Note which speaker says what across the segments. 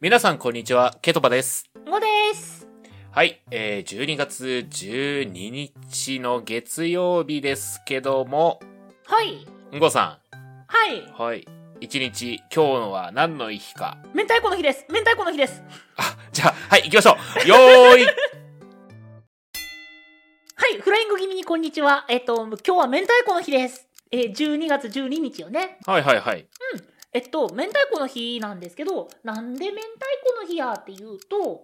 Speaker 1: 皆さん、こんにちは。ケトバです。
Speaker 2: もです。
Speaker 1: はい。えー、12月12日の月曜日ですけども、
Speaker 2: はい。
Speaker 1: んごさ
Speaker 2: はい。
Speaker 1: ん。はい。一日、今日のは何の日か。
Speaker 2: 明太子の日です。明太子の日です。
Speaker 1: あ、じゃあ、はい、行きましょう。よー い。
Speaker 2: はい。フライング気味にこんにちは。えっと、今日は明太子の日です。えー、12月12日よね。
Speaker 1: はいはいはい。
Speaker 2: えっと、明太子の日なんですけど、なんで明太子の日やっていうと、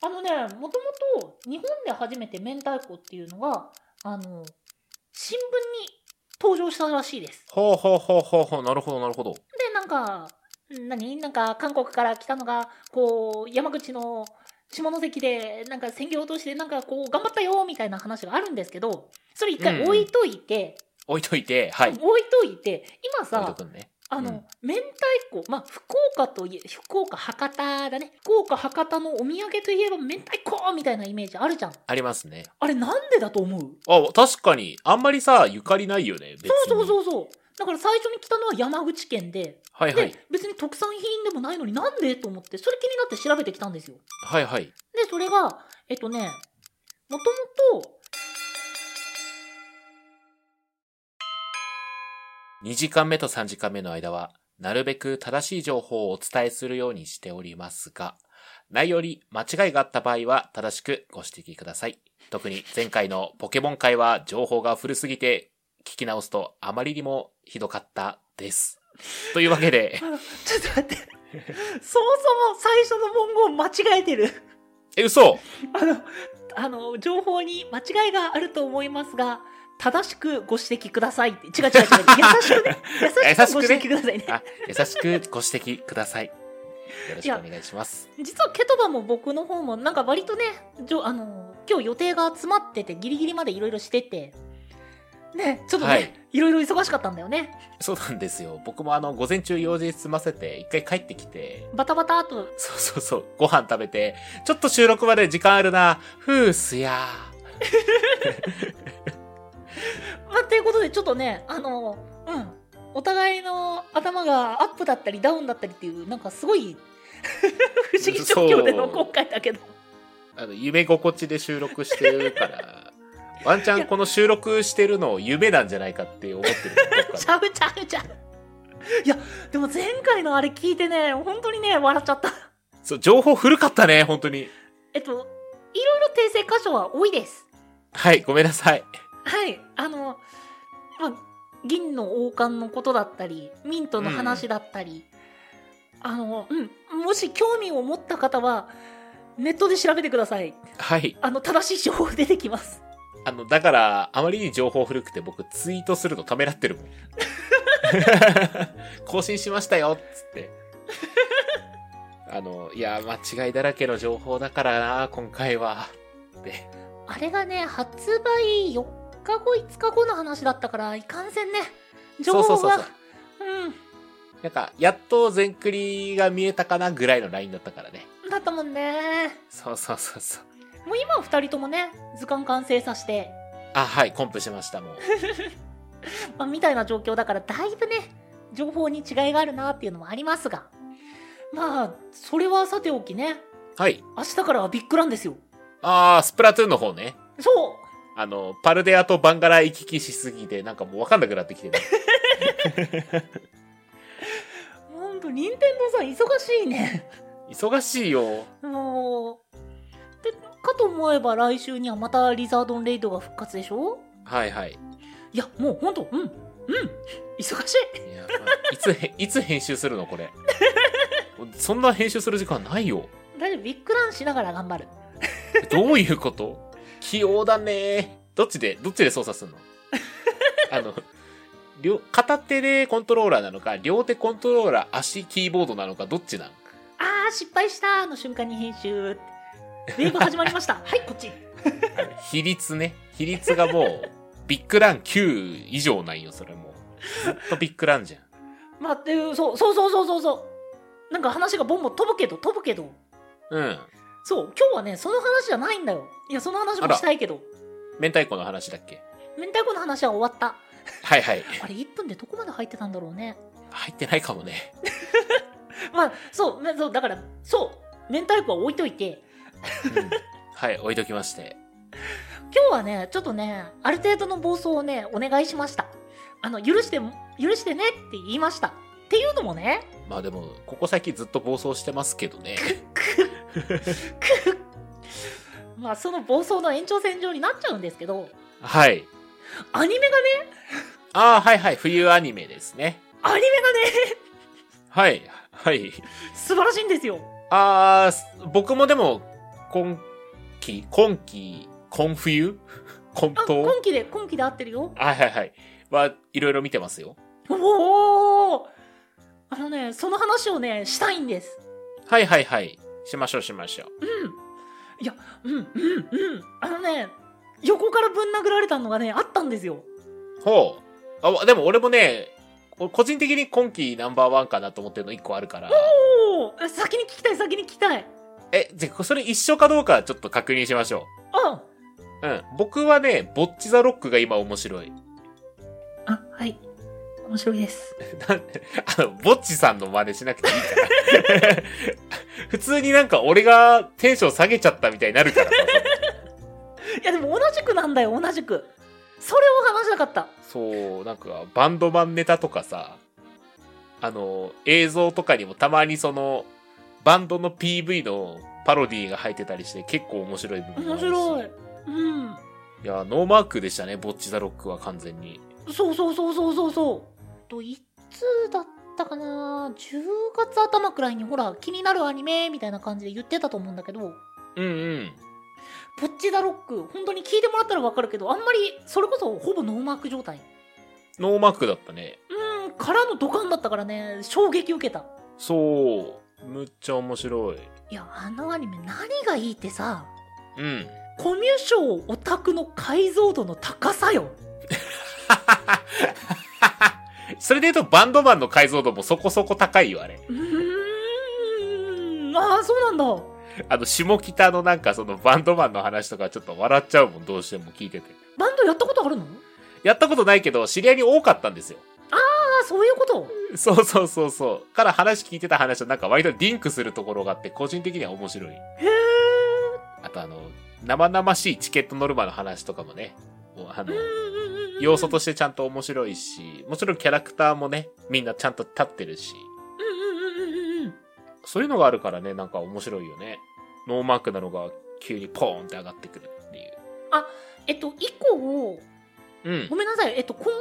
Speaker 2: あのね、もともと日本で初めて明太子っていうのが、あの、新聞に登場したらしいです。
Speaker 1: ほうほうほうほうほう、なるほどなるほど。
Speaker 2: で、なんか、何なんか、韓国から来たのが、こう、山口の下関で、なんか、専業として、なんか、こう、頑張ったよ、みたいな話があるんですけど、それ一回置いといて、
Speaker 1: 置いといて、はい。置い
Speaker 2: 置いといて、
Speaker 1: と
Speaker 2: 今さ、
Speaker 1: くんね。
Speaker 2: あの、
Speaker 1: うん
Speaker 2: 明太子、まあ、福岡といえ、福岡博多だね。福岡博多のお土産といえば、明太子みたいなイメージあるじゃん。
Speaker 1: ありますね。
Speaker 2: あれ、なんでだと思う
Speaker 1: あ、確かに、あんまりさ、ゆかりないよね、別に。
Speaker 2: そうそう
Speaker 1: う。
Speaker 2: そうそう。だから最初に来たのは山口県で、
Speaker 1: はいはい
Speaker 2: で。別に特産品でもないのになんでと思ってそれ気になって調べてきたんですよ
Speaker 1: はいはい。
Speaker 2: でそれがえっとねもともと
Speaker 1: 2時間目と3時間目の間は、なるべく正しい情報をお伝えするようにしておりますが、内容に間違いがあった場合は正しくご指摘ください。特に前回のポケモン会は情報が古すぎて聞き直すとあまりにもひどかったです。というわけで、
Speaker 2: ちょっと待ってそもそも最初の文言間違えてる
Speaker 1: え、嘘
Speaker 2: あのあの情報に間違いがあると思いますが正しくご指摘くださいって違う 違う違う優しくね 優しくご指摘くださいね
Speaker 1: あ、優しくご指摘ください。よろしくお願いします。
Speaker 2: 実はケトバも僕の方もなんか割とねじょあの今日予定が詰まっててギリギリまでいろいろしててねちょっとね、
Speaker 1: はいい、
Speaker 2: ろいろ忙しかったんだよね
Speaker 1: そうなんですよ。僕もあの、午前中用事済ませて、一回帰ってきて、
Speaker 2: バタバタっと
Speaker 1: そうそうそう。ご飯食べて、ちょっと収録まで時間あるな。ふうすや
Speaker 2: まあ、ということでちょっとねあのうんお互いの頭がアップだったりダウンだったりっていうなんかすごい 不思議状況での
Speaker 1: そう
Speaker 2: 今回だけど
Speaker 1: あの、夢心地で収録してるから、ワンチャンこの収録してるのを夢なんじゃないかって思ってるど っ
Speaker 2: ち
Speaker 1: か
Speaker 2: ゃうちゃうちゃういやでも前回のあれ聞いてね本当にね笑っちゃった
Speaker 1: でそう、情報古かったね、本当に。
Speaker 2: えっといろいろ訂正箇所は多いです
Speaker 1: はい、ごめんなさい。
Speaker 2: はい、あの、まあ、銀の王冠のことだったり、ミントの話だったり、あの、うん、もし興味を持った方は、ネットで調べてください。
Speaker 1: はい。
Speaker 2: あの、正しい情報出てきます。
Speaker 1: あの、だから、あまりに情報古くて僕ツイートするのためらってるもん。更新しましたよ、つって。あの、いや、間違いだらけの情報だからな、今回は。って。
Speaker 2: あれがね、発売4日後、5日後の話だったから、いかんせんね、情報が、
Speaker 1: そううそうそうそなんか、やっと全クリが見えたかなぐらいのラインだったからね。
Speaker 2: ん、だったもんね。
Speaker 1: そうそうそうそう。
Speaker 2: もう今は2人ともね、図鑑完成させて、
Speaker 1: あ、はい、コンプしました、もう。
Speaker 2: まあ、みたいな状況だからだいぶね情報に違いがあるなっていうのもありますがまあそれはさておきね
Speaker 1: はい。
Speaker 2: 明日からはビッグランですよ
Speaker 1: あー、スプラトゥーンの方ね。
Speaker 2: そう
Speaker 1: あの、パルデアとバンガラ行き来しすぎて、なんかもうわかんなくなってきてる。
Speaker 2: ほんと任天堂さん忙しいね
Speaker 1: 忙しいよ。
Speaker 2: もうでかと思えば来週にはまたリザードンレイドが復活でしょ
Speaker 1: はいはい。い
Speaker 2: いやもうほんとうん うん忙しい
Speaker 1: や、まあ、いつへ、いつ編集するの、これ。 そんな編集する時間ないよ。
Speaker 2: 大丈夫ビッグランしながら頑張る
Speaker 1: どういうこと器用だね。どっちで、どっちで操作す るのあの、両、片手でコントローラーなのか、両手コントローラー、足キーボードなのか、どっちなん
Speaker 2: あー失敗したの瞬間に編集ウェーブ始まりました はいこっち
Speaker 1: あの比率ね。比率がも う、ビッグラン9以上なんよ、それもう。ずっとビッグランじゃん。
Speaker 2: まあ、っていうそうそうそうそうそうそうなんか話がボンボン飛ぶけど飛ぶけど
Speaker 1: うん。
Speaker 2: そう今日はねその話じゃないんだよいやその話もしたいけど
Speaker 1: 明太子の話だっけ
Speaker 2: 明太子の話は終わった
Speaker 1: はいはい。
Speaker 2: あれ1分でどこまで入ってたんだろうね
Speaker 1: 入ってないかもね。
Speaker 2: まあそう,、まあ、そうだからそう明太子は置いといて
Speaker 1: うんはい、置いときまして。
Speaker 2: 今日はねちょっとねある程度の暴走をねお願いしましたあの許しても許してねって言いましたっていうのもね
Speaker 1: まあでも、ここ最近ずっと暴走してますけどね。
Speaker 2: まあその暴走の延長線上になっちゃうんですけど
Speaker 1: はい。
Speaker 2: アニメがね
Speaker 1: ああ、はいはい、冬アニメですね。
Speaker 2: アニメがね
Speaker 1: はい、はい。
Speaker 2: 素晴らしいんですよ
Speaker 1: ああ、す僕もでも、今季、今季、今冬今
Speaker 2: あ
Speaker 1: 冬
Speaker 2: 今期で今期で合ってるよ
Speaker 1: はいはいはい。は、いろいろ見てますよ。
Speaker 2: おおあのねその話をねしたいんです
Speaker 1: はいはいはい。しましょうしましょう。
Speaker 2: うんいやうんうんうんあのね横からぶん殴られたのがねあったんですよ
Speaker 1: ほう。あ、でも俺もね、お個人的に今季ナンバーワンかなと思ってるの一個あるから。
Speaker 2: おおえ先に聞きたい先に聞きたい
Speaker 1: え、じゃあ、それ一緒かどうかちょっと確認しましょ
Speaker 2: うん
Speaker 1: う。うん。僕はね、ボッチザロックが今面白い。
Speaker 2: あはい面白いです
Speaker 1: なんであの、 ぼっちさんの真似しなくていいから。 普通になんか俺がテンション下げちゃったみたいになるからさ。
Speaker 2: いやでも同じくなんだよ同じくそれを話したかった
Speaker 1: そう、なんかバンドマンネタとかさ、あの、映像とかにもたまにその、バンドの PV のパロディーが入ってたりして結構面白い部分もある
Speaker 2: 面
Speaker 1: し
Speaker 2: 白い。うん
Speaker 1: いや、ノーマークでしたね、ぼっちザロックは完全に。
Speaker 2: そうそうそうそうそうそうといつだったかな10月頭くらいにほら気になるアニメみたいな感じで言ってたと思うんだけど
Speaker 1: うんうん。
Speaker 2: ポッチザロック本当に聞いてもらったらわかるけどあんまりそれこそほぼノーマーク状態
Speaker 1: ノーマークだったね。
Speaker 2: うんからのドカンだったからね衝撃受けた
Speaker 1: そう、むっちゃ面白い。
Speaker 2: いやあのアニメ何がいいってさ
Speaker 1: うん。
Speaker 2: コミュ障オタクの解像度の高さよ
Speaker 1: それで言うとバンドマンの解像度もそこそこ高いよ、あれ。
Speaker 2: うーんああそうなんだ
Speaker 1: あの、下北のなんかそのバンドマンの話とかちょっと笑っちゃうもん、どうしても聞いてて。
Speaker 2: バンドやったことあるの
Speaker 1: やったことないけど、知り合いに多かったんですよ。
Speaker 2: ああそういうこと
Speaker 1: そうそうそうそう。から話聞いてた話となんか割とリンクするところがあって、個人的には面白い。
Speaker 2: へえ
Speaker 1: あとあの、生々しいチケットノルマの話とかもね、もうあの、要
Speaker 2: 要
Speaker 1: 素としてちゃんと面白いし、もちろんキャラクターもね、みんなちゃんと立ってるし、そういうのがあるからね、なんか面白いよね。ノーマークなのが急にポーンって上がってくるっていう。
Speaker 2: えっと以降
Speaker 1: うん
Speaker 2: ご。めんなさい、えっと、今後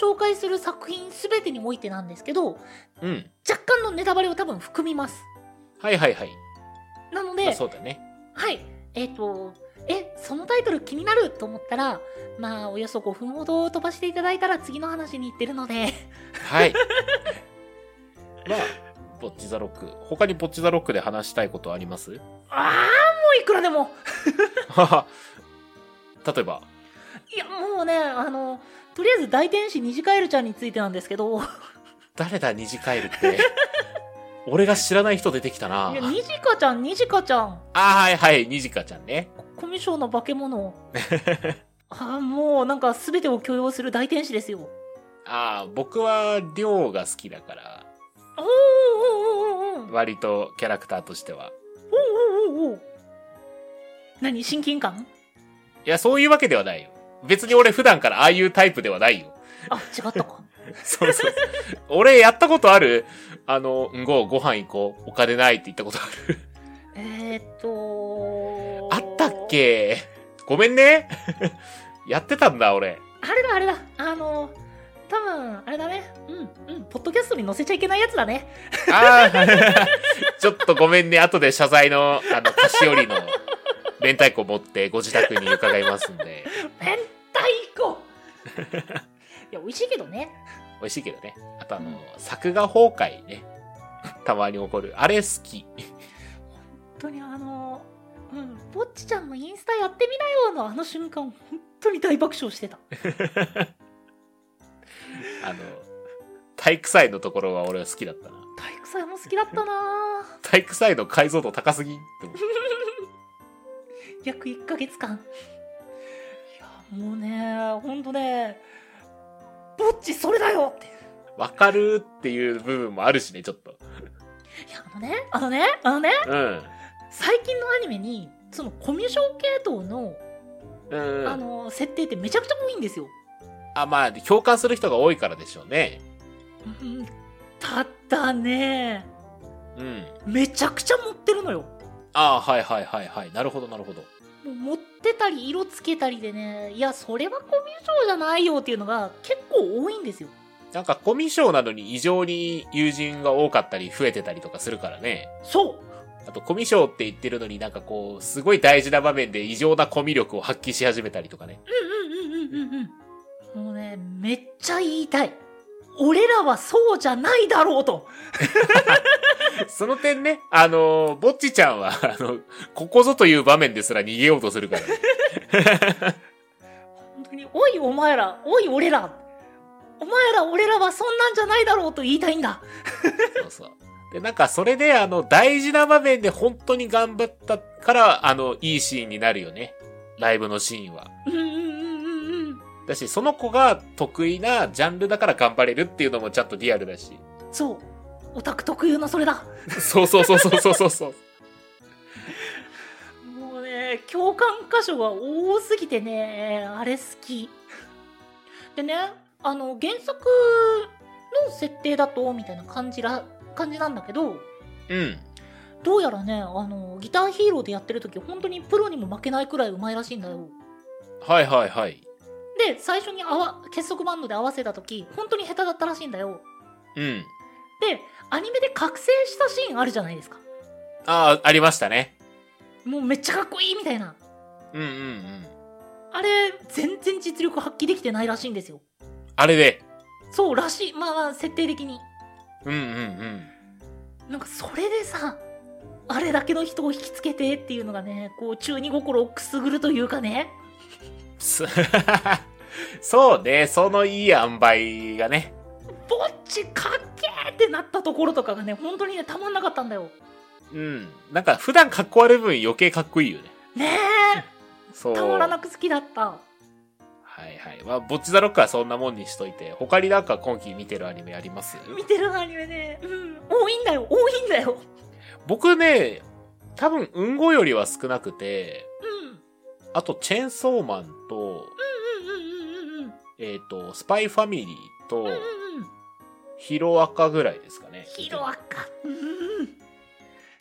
Speaker 2: 紹介する作品全てにおいてなんですけど
Speaker 1: うん。
Speaker 2: 若干のネタバレを多分含みます
Speaker 1: はいはいはい。
Speaker 2: なの
Speaker 1: まあ
Speaker 2: で
Speaker 1: そうだね。
Speaker 2: はいえっとえそのタイトル気になると思ったらまあおよそ5分ほど飛ばしていただいたら次の話に行ってるので
Speaker 1: はい。まあ、ぼっちザロック。他にぼっちザロックで話したいことあり ます
Speaker 2: ああもういくらでも
Speaker 1: 例えば。
Speaker 2: いやもうねあのとりあえず大天使ニジカエルちゃんについてなんですけど
Speaker 1: 誰だ、二次カエル って。俺が知らない人出てきたな。
Speaker 2: いやニジカちゃんニジカちゃん
Speaker 1: あー、はいはい、ニジカちゃんね。
Speaker 2: コミュ障の化 け物あーもうなんか全てを許容する大天使ですよおー
Speaker 1: ああ、僕は、りょうが好きだから、
Speaker 2: おーおーおーおー
Speaker 1: 割とキャラクターとしては。
Speaker 2: おーおーおーおー何親近感
Speaker 1: いや、そういうわけではないよ。別に俺普段からああいうタイプでは ないよ。
Speaker 2: あ違っ たか
Speaker 1: そうそう。俺やったことあるあの、んご、ご飯行こう。お金ないって言ったことある。
Speaker 2: えーっと
Speaker 1: あったっけごめんね。 やってたんだ、俺。
Speaker 2: あれだあれだあの多分あれだねうんうんポッドキャストに載せちゃいけないやつだね
Speaker 1: ああ、 ちょっとごめんね。後で謝罪の、あの、菓子折りの、明太子持ってご自宅に伺いますんで。
Speaker 2: 明太子 いや美味しいけどね
Speaker 1: 美味しいけどね。あとあの、
Speaker 2: うん
Speaker 1: 作画崩壊ね。たまに起こる。あれ好き。
Speaker 2: 本当にあのうんぼっちちゃんのインスタやってみなよのあの瞬間本当に大爆笑してた
Speaker 1: あの、体育祭のところは俺は好きだったな。
Speaker 2: 体育祭も好きだったなぁ
Speaker 1: 体育祭の解像度高すぎって思う
Speaker 2: 約1ヶ月間いやもうねほんとねぼっちそれだよって
Speaker 1: わかるっていう部分もあるしね、ちょっと。
Speaker 2: いや、あのね、あのね、あのね、
Speaker 1: うん。
Speaker 2: 最近のアニメに、そのコミュ障系統の、
Speaker 1: うんうん。
Speaker 2: あの、設定ってめちゃくちゃ多いんですよ。
Speaker 1: あ、まあ、共感する人が多いからでしょうね。
Speaker 2: うんただね、
Speaker 1: うん。
Speaker 2: めちゃくちゃ持ってるのよ。
Speaker 1: ああ、はいはいはいはい。なるほどなるほど。
Speaker 2: もう持ってたり、色つけたりでね、いや、それはコミュ障じゃないよっていうのが結構多いんですよ。
Speaker 1: なんかコミュ障などに異常に友人が多かったり増えてたりとかするからね。
Speaker 2: そう
Speaker 1: あとコミュ障って言ってるのになんかこう、すごい大事な場面で異常なコミュ力を発揮し始めたりとかね。
Speaker 2: うんうんうんうんうんうん。もうね、めっちゃ言いたい。俺らはそうじゃないだろうと。
Speaker 1: その点ね、あのーぼっちちゃんは、あの、ここぞという場面ですら逃げようとするからね。
Speaker 2: 本当に、おいお前ら、おい俺ら。お前ら俺らはそんなんじゃないだろうと言いたいんだ。
Speaker 1: そうそう。で、なんかそれで、あの、大事な場面で本当に頑張ったから、あの、いいシーンになるよね。ライブのシーンは。
Speaker 2: うんうんうんうんうん。
Speaker 1: だし、その子が得意なジャンルだから頑張れるっていうのもちゃんとリアルだし。
Speaker 2: そう。オタク特有のそれだ。
Speaker 1: そうそうそうそうそうそうそう。
Speaker 2: もうね、共感箇所が多すぎてね、あれ好き。でね、あの、原作の設定だと、みたいな感じら、感じなんだけど、
Speaker 1: うん。
Speaker 2: どうやらね、あの、ギターヒーローでやってる時、本当にプロにも負けないくらい上手いらしいんだよ。
Speaker 1: はいはいはい。
Speaker 2: で、最初に合わ、結束バンドで合わせた時、本当に下手だったらしいんだよ。
Speaker 1: うん。
Speaker 2: で、アニメで覚醒したシーンあるじゃないですか。
Speaker 1: ああ、ありましたね。
Speaker 2: もうめっちゃかっこいいみたいな。
Speaker 1: うんうんうん。
Speaker 2: あれ、全然実力発揮できてないらしいんですよ。
Speaker 1: あれで。
Speaker 2: そうらしい。まあまあ、設定的に。
Speaker 1: うんうんうん。
Speaker 2: なんかそれでさ、あれだけの人を引きつけてっていうのがね、こう、中二心をくすぐるというかね。
Speaker 1: すそうね、そのいい塩梅がね。
Speaker 2: ぼっちかっけーってなったところとかがね、本当にね、たまんなかったんだよ。
Speaker 1: うん。なんか普段かっこ悪い分余計かっこいいよね。
Speaker 2: ね
Speaker 1: そ
Speaker 2: え、
Speaker 1: う。
Speaker 2: たまらなく好きだった。
Speaker 1: はいはい。まあ、ぼっちザロックはそんなもんにしといて、他になんか今期見てるアニメあります
Speaker 2: 見てるアニメね、うん、多いんだよ、多いんだよ。
Speaker 1: 僕ね、多分、うんごよりは少なくて、
Speaker 2: う
Speaker 1: あと、チェーンソーマンと、
Speaker 2: ん、うん、うん、うん、うん、うん、うん、
Speaker 1: えっ、と、スパイファミリーと、
Speaker 2: うん、うん、
Speaker 1: ヒロアカぐらいですかね。
Speaker 2: ヒロアカ。うん。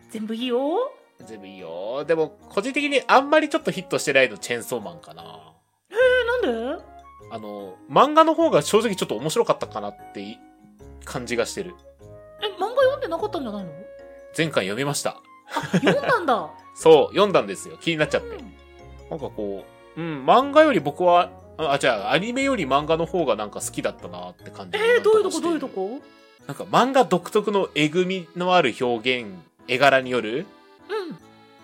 Speaker 2: 全部いいよ。
Speaker 1: 全部いいよ。でも、個人的にあんまりちょっとヒットしてないのチェーンソーマンかな。
Speaker 2: え、なんで
Speaker 1: あの、漫画の方が正直ちょっと面白かったかなってい感じがしてる。
Speaker 2: え、漫画読んでなかったんじゃないの
Speaker 1: 前回読みました。
Speaker 2: 読んだんだ。
Speaker 1: そう、読んだんですよ。気になっちゃっ
Speaker 2: う
Speaker 1: て。
Speaker 2: ん。
Speaker 1: なんかこう、うん、漫画より僕は、あ、あじゃあ、アニメより漫画の方がなんか好きだったなって感じ。
Speaker 2: えー、どういうとこどういうとこ
Speaker 1: なんか漫画独特のえぐみのある表現、絵柄による
Speaker 2: うん。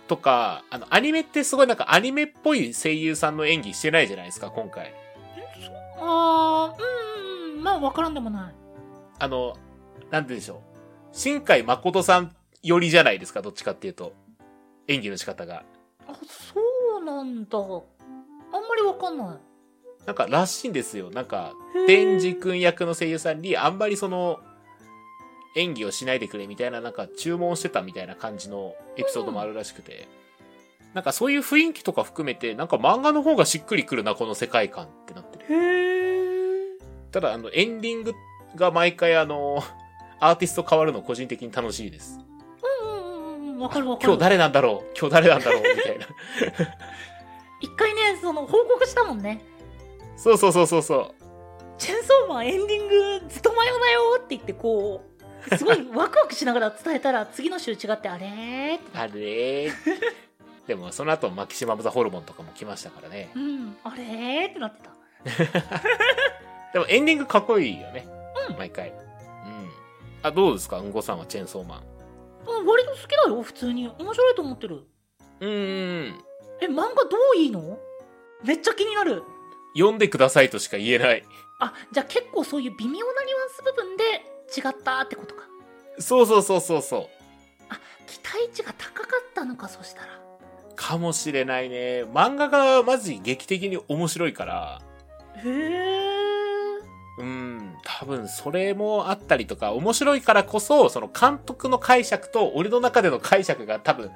Speaker 1: とか、あの、アニメってすごいなんかアニメっぽい声優さんの演技してないじゃないですか、今回。
Speaker 2: あー、うんうんうん、まあ分からんでもない。
Speaker 1: あの、なんて言うんでしょう。新海誠さんよりじゃないですか、どっちかっていうと。演技の仕方が。
Speaker 2: あ、そうなんだ。あんまり分かんない。
Speaker 1: なんか、らしいんですよ。なんか、
Speaker 2: へー
Speaker 1: デンジ君役の声優さんに、あんまりその、演技をしないでくれみたいな、なんか注文してたみたいな感じのエピソードもあるらしくて。なんかそういう雰囲気とか含めて、なんか漫画の方がしっくりくるな、この世界観ってなってる。
Speaker 2: へー。
Speaker 1: ただ、あの、エンディングが毎回あの、 アーティスト変わるの個人的に楽しいです。
Speaker 2: うんうんうんうん、分かる分かる。
Speaker 1: 今日誰なんだろう今日誰なんだろうみたいな。
Speaker 2: 一回ね、その報告したもんね。
Speaker 1: そうそうそうそうそう。
Speaker 2: チェンソーマンエンディングずっと迷うなよって言ってこう、すご いワクワクしながら伝えたら次の週違ってあれーって。
Speaker 1: あれーでもその後マキシマム・ザ・ホルモンとかも来ましたからね
Speaker 2: うん、あれーってなってた。
Speaker 1: でもエンディングかっこいいよね、
Speaker 2: うん
Speaker 1: 毎回うんあどうですかうんごさんはチェーンソーマン
Speaker 2: うん、割と好きだよ、普通に。面白いと思ってる。
Speaker 1: うーん
Speaker 2: え、漫画どういいのめっちゃ気になる。
Speaker 1: 読んでくださいとしか言えない
Speaker 2: あ、じゃあ結構そういう微妙なニュアンス部分で違ったってことか。
Speaker 1: そうそうそうそうそ
Speaker 2: あ、期待値が高かったのか、そしたら。
Speaker 1: うかもしれないね漫画がマジ劇的に面白いから
Speaker 2: へえ。
Speaker 1: ううん、多分それもあったりとか、面白いからこそ、その監督の解釈と俺の中での解釈が多分違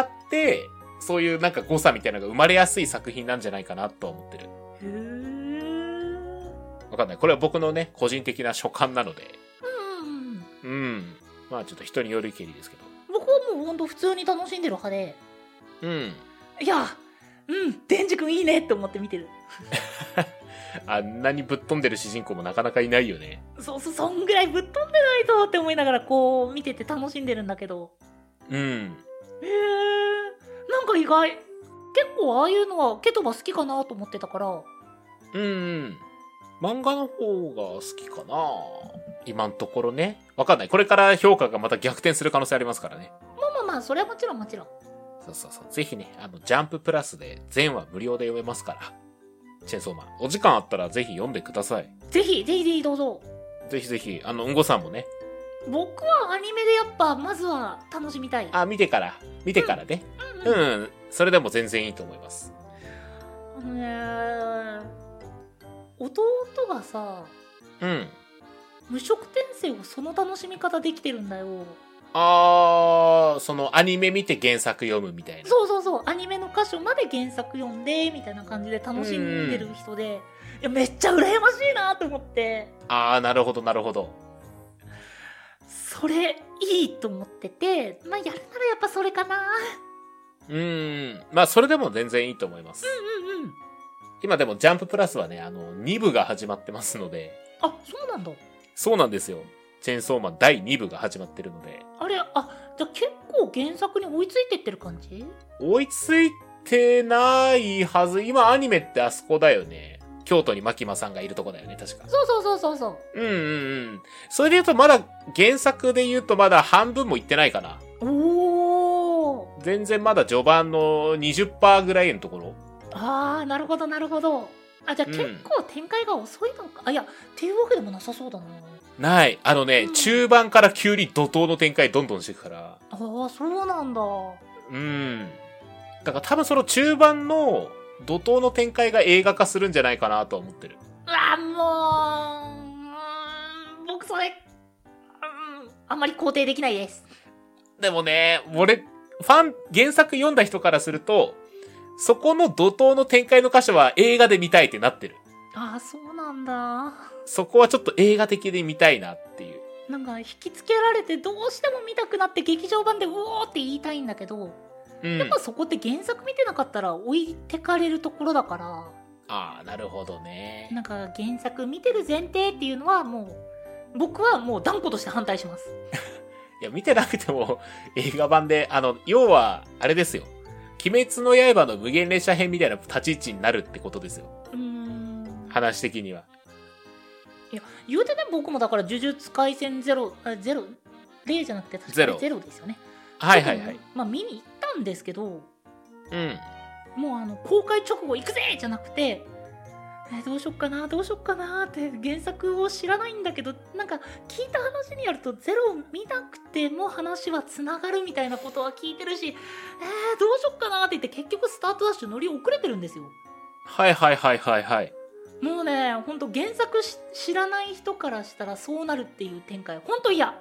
Speaker 1: って、そういうなんか誤差みたいなのが生まれやすい作品なんじゃないかなと思ってる。
Speaker 2: へー
Speaker 1: わかんない。これは僕のね、個人的な所感なので。う
Speaker 2: うん
Speaker 1: ん。まあちょっと人による意見ですけ
Speaker 2: 僕はもうほんと普通に楽しんでる派で
Speaker 1: ど。うん。
Speaker 2: いやうんデンジ君いいねって思って見てる
Speaker 1: あんなにぶっ飛んでる主人公もなかなかいないよね。
Speaker 2: そそそんぐらいぶっ飛んでないとって思いながらこう見てて楽しんでるんだけど
Speaker 1: うん。
Speaker 2: へえなんか意外結構ああいうのはケトバ好きかなと思ってたから
Speaker 1: うんうん。漫画の方が好きかな今のところね。わかんない。これから評価がまた逆転する可能性ありますからね。
Speaker 2: まあまあまあそれはもちろんもちろん
Speaker 1: そうそうそう。ぜひね、あの、ジャンププラスで全話無料で読めますから。チェンソーマン。お時間あったらぜひ読んでください。
Speaker 2: ぜひぜひぜひどうぞ
Speaker 1: ぜひぜひ、あの、うんごさんもね。
Speaker 2: 僕はアニメでやっぱまずは楽しみたい
Speaker 1: あ、見てから。見てからね。
Speaker 2: うん
Speaker 1: うん
Speaker 2: うん、
Speaker 1: うん。それでも全然いいと思います。
Speaker 2: あのね弟がさ
Speaker 1: うん。
Speaker 2: 無職転生をその楽しみ方できてるんだよ
Speaker 1: あー、そのアニメ見て原作読むみたいな。
Speaker 2: そうそうそうアニメの箇所まで原作読んでみたいな感じで楽しんでる人で、いやめっちゃ羨ましいなと思って
Speaker 1: あー、なるほど、なるほど。
Speaker 2: それいいと思っててまあやるならやっぱそれかな
Speaker 1: うん。まあ、それでも全然いいと思います。
Speaker 2: うんうんうん
Speaker 1: 今でもジャンププラスはね、あの、2部が始まってますので、
Speaker 2: あそうなんだ
Speaker 1: そうなんですよ。チェーンソーマン第2部が始まってるので、
Speaker 2: あれあじゃあ結構原作に追いついてってる感じ
Speaker 1: 追いついてないはず、今アニメってあそこだよね。京都にマキマさんがいるとこだよね、確か。
Speaker 2: そうそうそうそうそう
Speaker 1: うんうんうん。それで言うとまだ、原作で言うとまだ半分もいってないかな。
Speaker 2: おお
Speaker 1: 全然まだ序盤の20%ぐらいのところ。
Speaker 2: ああなるほどなるほどあじゃあ
Speaker 1: うん
Speaker 2: 結構展開が遅いのか、あいやっていうわけでもなさそうだな
Speaker 1: ない。あのね、
Speaker 2: うん
Speaker 1: 中盤から急に怒涛の展開どんどんしていくから。
Speaker 2: ああそうなんだ
Speaker 1: うん。だから多分その中盤の怒涛の展開が映画化するんじゃないかなとは思ってる。
Speaker 2: うわもううーん僕それうんあんまり肯定できないです
Speaker 1: でもね、俺、ファン、原作読んだ人からすると、そこの怒涛の展開の箇所は映画で見たいってなってる。
Speaker 2: ああそうなんだ
Speaker 1: そこはちょっと映画的で見たいなっていう。
Speaker 2: なんか引きつけられてどうしても見たくなって劇場版でうおーって言いたいんだけど、
Speaker 1: うん
Speaker 2: やっ。ぱそこって原作見てなかったら置いてかれるところだから
Speaker 1: ああ、なるほどね。
Speaker 2: なんか原作見てる前提っていうのはもう僕はもう断固として反対します
Speaker 1: いや、見てなくても映画版で、あの、要は、あれですよ。鬼滅の刃の無限列車編みたいな立ち位置になるってことですよ。
Speaker 2: うーん
Speaker 1: 話的には。
Speaker 2: いや言うてね僕もだから呪術廻戦ゼロあゼロ例じゃなくて確か
Speaker 1: ゼロ
Speaker 2: にゼロですよね
Speaker 1: はいはいは
Speaker 2: ちょ
Speaker 1: い
Speaker 2: っ。とまあ見に行ったんですけど
Speaker 1: うん。
Speaker 2: もうあの公開直後行くぜじゃなくてえーどうしよっかなどうしよっかなって原作を知らないんだけどなんか聞いた話によるとゼロを見なくても話はつながるみたいなことは聞いてるしえーどうしよっかなって言って結局スタートダッシュ乗り遅れてるんですよ
Speaker 1: はいはいはいはいはい。
Speaker 2: もうねほんと原作し知らない人からしたらそうなるっていう展開ほんと嫌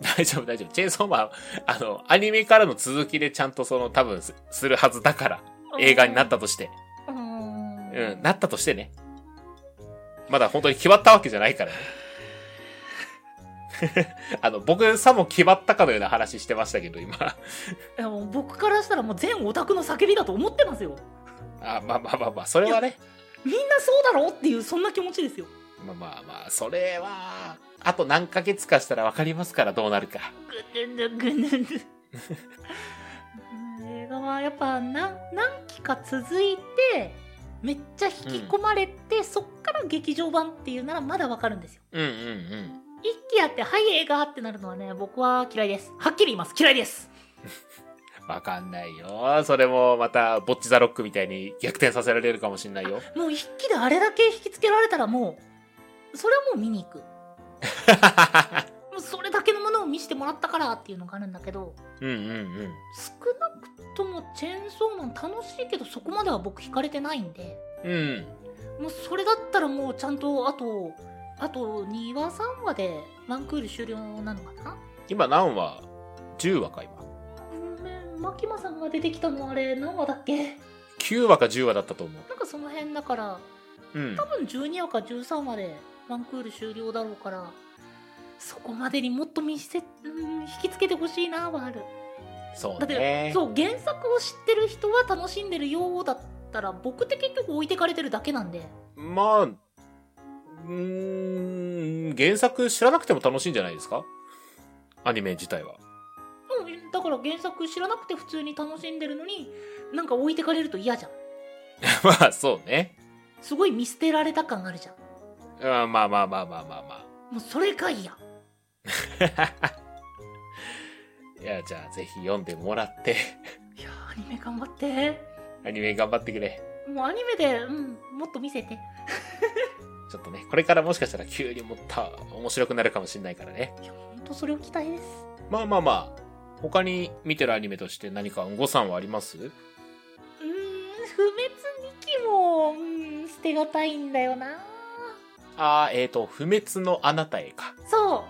Speaker 1: 大丈夫大丈夫。チェーンソーマン、あの、アニメからの続きでちゃんとその、多分す、するはずだから。映画になったとして。
Speaker 2: うーん
Speaker 1: うん、なったとしてね。まだ本当に決まったわけじゃないからね。 あの、僕さも決まったかのような話してましたけど、今。
Speaker 2: いやもう僕からしたらもう全オタクの叫びだと思ってますよ
Speaker 1: あまあまあまあまあ、それはね。
Speaker 2: みんなそうだろうっていうそんな気持ちですよ
Speaker 1: まあまあまあ、それは、あと何ヶ月かしたらわかりますから、どうなるか。
Speaker 2: ぐぬぬぐぬぬ映画はやっぱ何何期か続いてめっちゃ引き込まれて、そっから劇場版っていうならまだわかるんですよ
Speaker 1: うんうんうん。
Speaker 2: 一期やってはい映画ってなるのはね僕は嫌いですはっきり言います嫌いです
Speaker 1: わかんないよ。それもまた、ボッチザロックみたいに逆転させられるかもしんないよ。
Speaker 2: もう一期であれだけ引きつけられたらもうそれはもう見に行くもうそれだけのものを見せてもらったからっていうのがあるんだけど
Speaker 1: うんうんうん。
Speaker 2: 少なくともチェーンソーマン楽しいけどそこまでは僕惹かれてないんで
Speaker 1: うん。
Speaker 2: もうそれだったらもうちゃんとあとあと2話3話でワンクール終了なのかな
Speaker 1: 今何話 ?10 話か今。
Speaker 2: ごめん牧間さんが出てきたのあれ何話だっけ
Speaker 1: 9話か10話だったと思
Speaker 2: なんかその辺だから
Speaker 1: う。うん
Speaker 2: 多。分12話か13話でワンクール終了だろうからそこまでにもっと見せ、うん、引きつけてほしいなはある
Speaker 1: そう
Speaker 2: だって、
Speaker 1: ね。
Speaker 2: そう原作を知ってる人は楽しんでるようだったら僕って結局置いてかれてるだけなんで
Speaker 1: まあ、うーん、原作知らなくても楽しいんじゃないですかアニメ自体は。
Speaker 2: うんだから原作知らなくて普通に楽しんでるのになんか置いてかれると嫌じゃん
Speaker 1: まあ、そうね。
Speaker 2: すごい見捨てられた感あるじゃん
Speaker 1: うんまあまあまあまあまあま
Speaker 2: もうそれが嫌
Speaker 1: あ。いや、じゃあぜひ読んでもらって、
Speaker 2: いやーアニメ頑張って
Speaker 1: アニメ頑張ってくれ。
Speaker 2: もうアニメで、うん、もっと見せて
Speaker 1: ちょっとね、これからもしかしたら急にもった面白くなるかもしれないからね。
Speaker 2: いやほんとそれを期待です
Speaker 1: まあまあまあ、他に見てるアニメとして何かごさんはあります
Speaker 2: うーん不滅2期もうん捨てがたいんだよな
Speaker 1: ああ、えーと、不滅のあなたへか。
Speaker 2: そう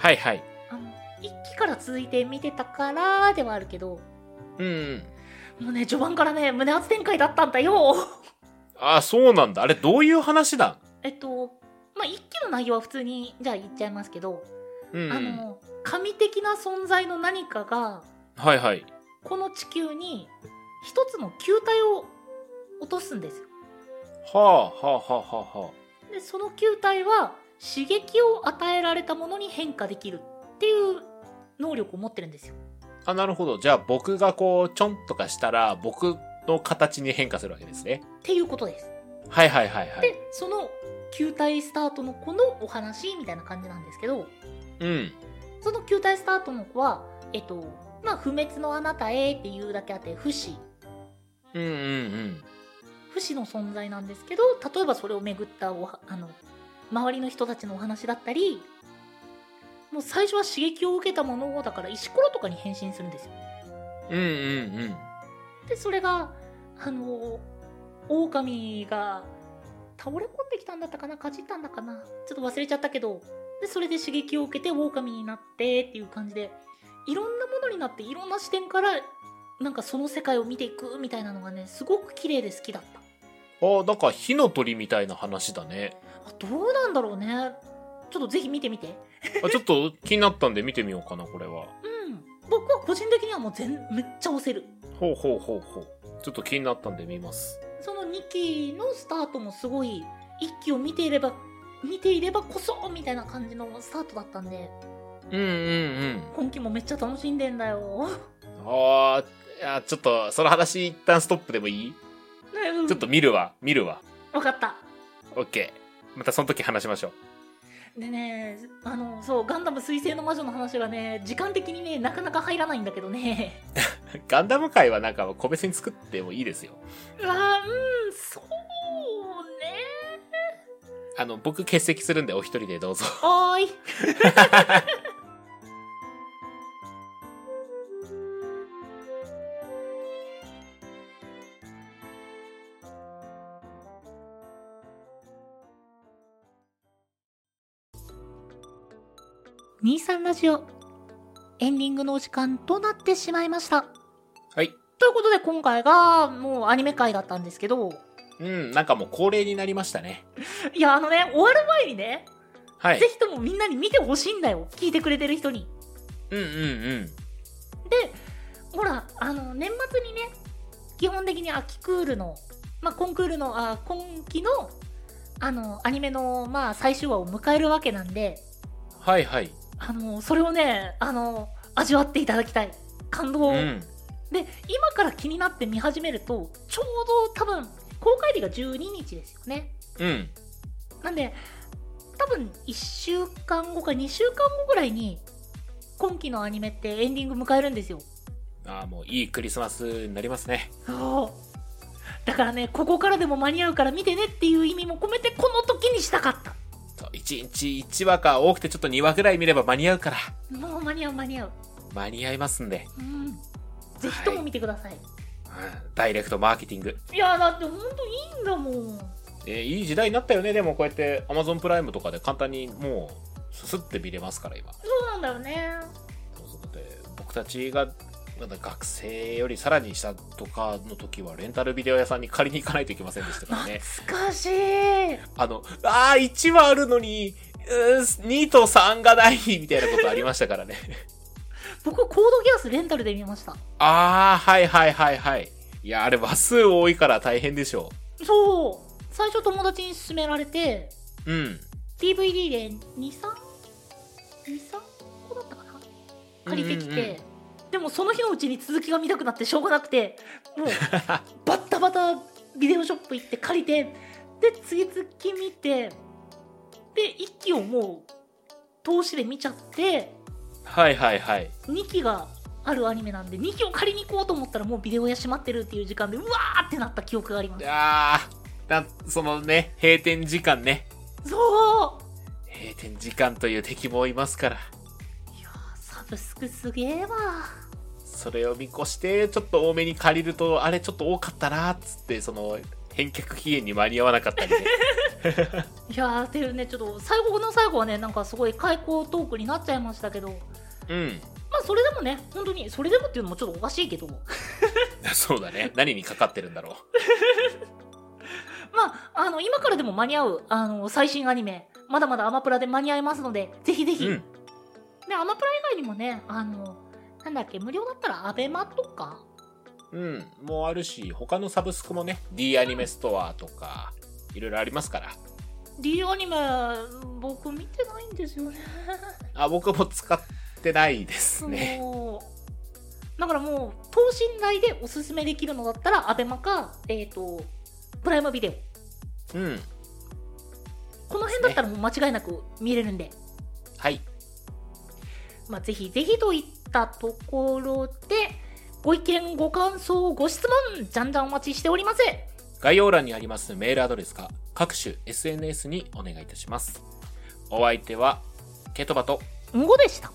Speaker 1: はいはい。
Speaker 2: あの1期から続いて見てたからではあるけど
Speaker 1: うんうん。
Speaker 2: もうね序盤からね胸圧展開だったんだよ
Speaker 1: ああ、そうなんだ。あれ、どういう話だ
Speaker 2: えっとまあ1期の内容は普通にじゃあ言っちゃいますけど、
Speaker 1: うん。
Speaker 2: あの神的な存在の何かが
Speaker 1: はいはい。
Speaker 2: この地球に一つの球体を落とすんですよ
Speaker 1: はあ、はあ、はあ、はあ、は
Speaker 2: でその球体は刺激を与えられたものに変化できるっていう能力を持ってるんですよ
Speaker 1: あ。あ、なるほど。じゃあ、僕がこう、ちょんとかしたら、僕の形に変化するわけですね。
Speaker 2: っていうことです
Speaker 1: はいはいはいはい。
Speaker 2: でその球体スタートの子のお話みたいな感じなんですけど
Speaker 1: うん。
Speaker 2: その球体スタートの子はえっとまあ不滅のあなたへっていうだけあって不死
Speaker 1: うんうんうん。
Speaker 2: 不死の存在なんですけど例えばそれを巡ったおはあの周りの人たちのお話だったりもう最初は刺激を受けたものをだから石ころとかに変身するんですよ
Speaker 1: うんうんうん。
Speaker 2: でそれがあの狼が倒れ込んできたんだったかなかじったんだかなちょっと忘れちゃったけどでそれで刺激を受けて狼になってっていう感じでいろんなものになっていろんな視点からなんかその世界を見ていくみたいなのがねすごく綺麗で好きだった
Speaker 1: ああ、なんか火の鳥みたいな話だね。
Speaker 2: あどうなんだろうねちょっとぜひ見てみて
Speaker 1: あちょっと気になったんで見てみようかな、これは。
Speaker 2: うん僕は個人的にはもう全めっちゃ押せる
Speaker 1: ほうほうほうほう。ちょっと気になったんで見ます。
Speaker 2: その2期のスタートもすごい1期を見ていれば見ていればこそみたいな感じのスタートだったんで
Speaker 1: うんうんうん。
Speaker 2: 今期もめっちゃ楽しんでんだ よ、
Speaker 1: ああ、いや、ちょっと、その話一旦ストップでもいい
Speaker 2: ねうん
Speaker 1: ちょっと見るわ、見るわ。
Speaker 2: 分かった
Speaker 1: オッケー。またその時話しましょう。
Speaker 2: でねあのそう「ガンダム水星の魔女」の話がね時間的にねなかなか入らないんだけどね
Speaker 1: ガンダム界はなんか個別に作ってもいいですよ。
Speaker 2: うわうんそうね
Speaker 1: あの、僕欠席するんでお一人でどうぞ。
Speaker 2: おーい23ラジオエンディングのお時間となってしまいました
Speaker 1: はい。
Speaker 2: ということで今回がもうアニメ会だったんですけど
Speaker 1: うん、なんかもう恒例になりましたね。
Speaker 2: いやあのね終わる前にね、
Speaker 1: はい
Speaker 2: ぜ。ひともみんなに見てほしいんだよ聞いてくれてる人に
Speaker 1: うんうんうん。
Speaker 2: ほらあの年末にね基本的に秋クールの、まあ、コンクールのあ今期のあのアニメの、まあ、最終話を迎えるわけなんで
Speaker 1: はいはい。
Speaker 2: あのそれをねあの味わっていただきたい感動
Speaker 1: う
Speaker 2: を、
Speaker 1: ん。
Speaker 2: で今から気になって見始めるとちょうど多分公開日が12日ですよね
Speaker 1: うん。
Speaker 2: なんで多分1週間後か2週間後ぐらいに今期のアニメってエンディング迎えるんですよ
Speaker 1: ああ、もういいクリスマスになりますね。
Speaker 2: そうだからねここからでも間に合うから見てねっていう意味も込めてこの時にしたかった
Speaker 1: そう、1日1話か多くてちょっと2話ぐらい見れば間に合うから。
Speaker 2: もう間に合う間に合う
Speaker 1: 間に合いますんで。
Speaker 2: うんぜひとも見てください、
Speaker 1: うんダイレクトマーケティング。
Speaker 2: い、やだってほんといいんだもん
Speaker 1: えーいい時代になったよねでもこうやって Amazon プライムとかで簡単にもうすすって見れますから今
Speaker 2: そうなんだよね
Speaker 1: そうそうだって僕たちがまだ学生よりさらに下とかの時はレンタルビデオ屋さんに借りに行かないといけませんでした からね
Speaker 2: 懐かしい
Speaker 1: あのあー1はあるのにうー2と3がないみたいなことありましたからね
Speaker 2: 僕コードギアスレンタルで見ました
Speaker 1: あーはいはいはいはいいやあれ話数多いから大変でしょ
Speaker 2: そう最初友達に勧められて
Speaker 1: ううん
Speaker 2: DVD で2323個だったかな借りてきて、
Speaker 1: うんうんうん
Speaker 2: でもその日のうちに続きが見たくなってしょうがなくて もうバッタバタビデオショップ行って借りてで次々見てで1期をもう投資で見ちゃって
Speaker 1: はいはいはい
Speaker 2: 2期があるアニメなんで2期を借りに行こうと思ったらもうビデオ屋閉まってるっていう時間でうわーってなった記憶があります
Speaker 1: あーなそのね閉店時間ね
Speaker 2: そう
Speaker 1: 閉店時間という敵もいますから
Speaker 2: いやーサブスクすげえわ
Speaker 1: それを見越してちょっと多めに借りるとあれちょっと多かったなっつってその返却期限に間に合わなかったりね
Speaker 2: いやーっていうねちょっと最後の最後はねなんかすごい開口トークになっちゃいましたけどま
Speaker 1: うん
Speaker 2: あそれでもね本当にそれでもっていうのもちょっ とおかしいけどま
Speaker 1: そうだね何にかかってるんだろ
Speaker 2: ああの今からでも間に合うあの最新アニメまだまだアマプラで間に合いますのでぜひぜ
Speaker 1: う
Speaker 2: ひ、
Speaker 1: う
Speaker 2: ね
Speaker 1: ん
Speaker 2: アマプラ以外にもねあのなんだっけ無料だったらアベマとか
Speaker 1: うんもうあるし他のサブスクもね D アニメストアとかいろいろありますから
Speaker 2: D アニメ僕見てないんですよ ね
Speaker 1: あ僕も使ってないですね
Speaker 2: もうだからもう等身大でおすすめできるのだったらアベマかえっ、とプライムビデオ
Speaker 1: うん
Speaker 2: この辺だったらもう間違いなく見れるんで、
Speaker 1: はい
Speaker 2: まあ、ぜひぜひといったところでご意見ご感想ご質問じゃんじゃんお待ちしております
Speaker 1: 概要欄にありますメールアドレスか各種 SNS にお願いいたしますお相手はケトバと
Speaker 2: んごでした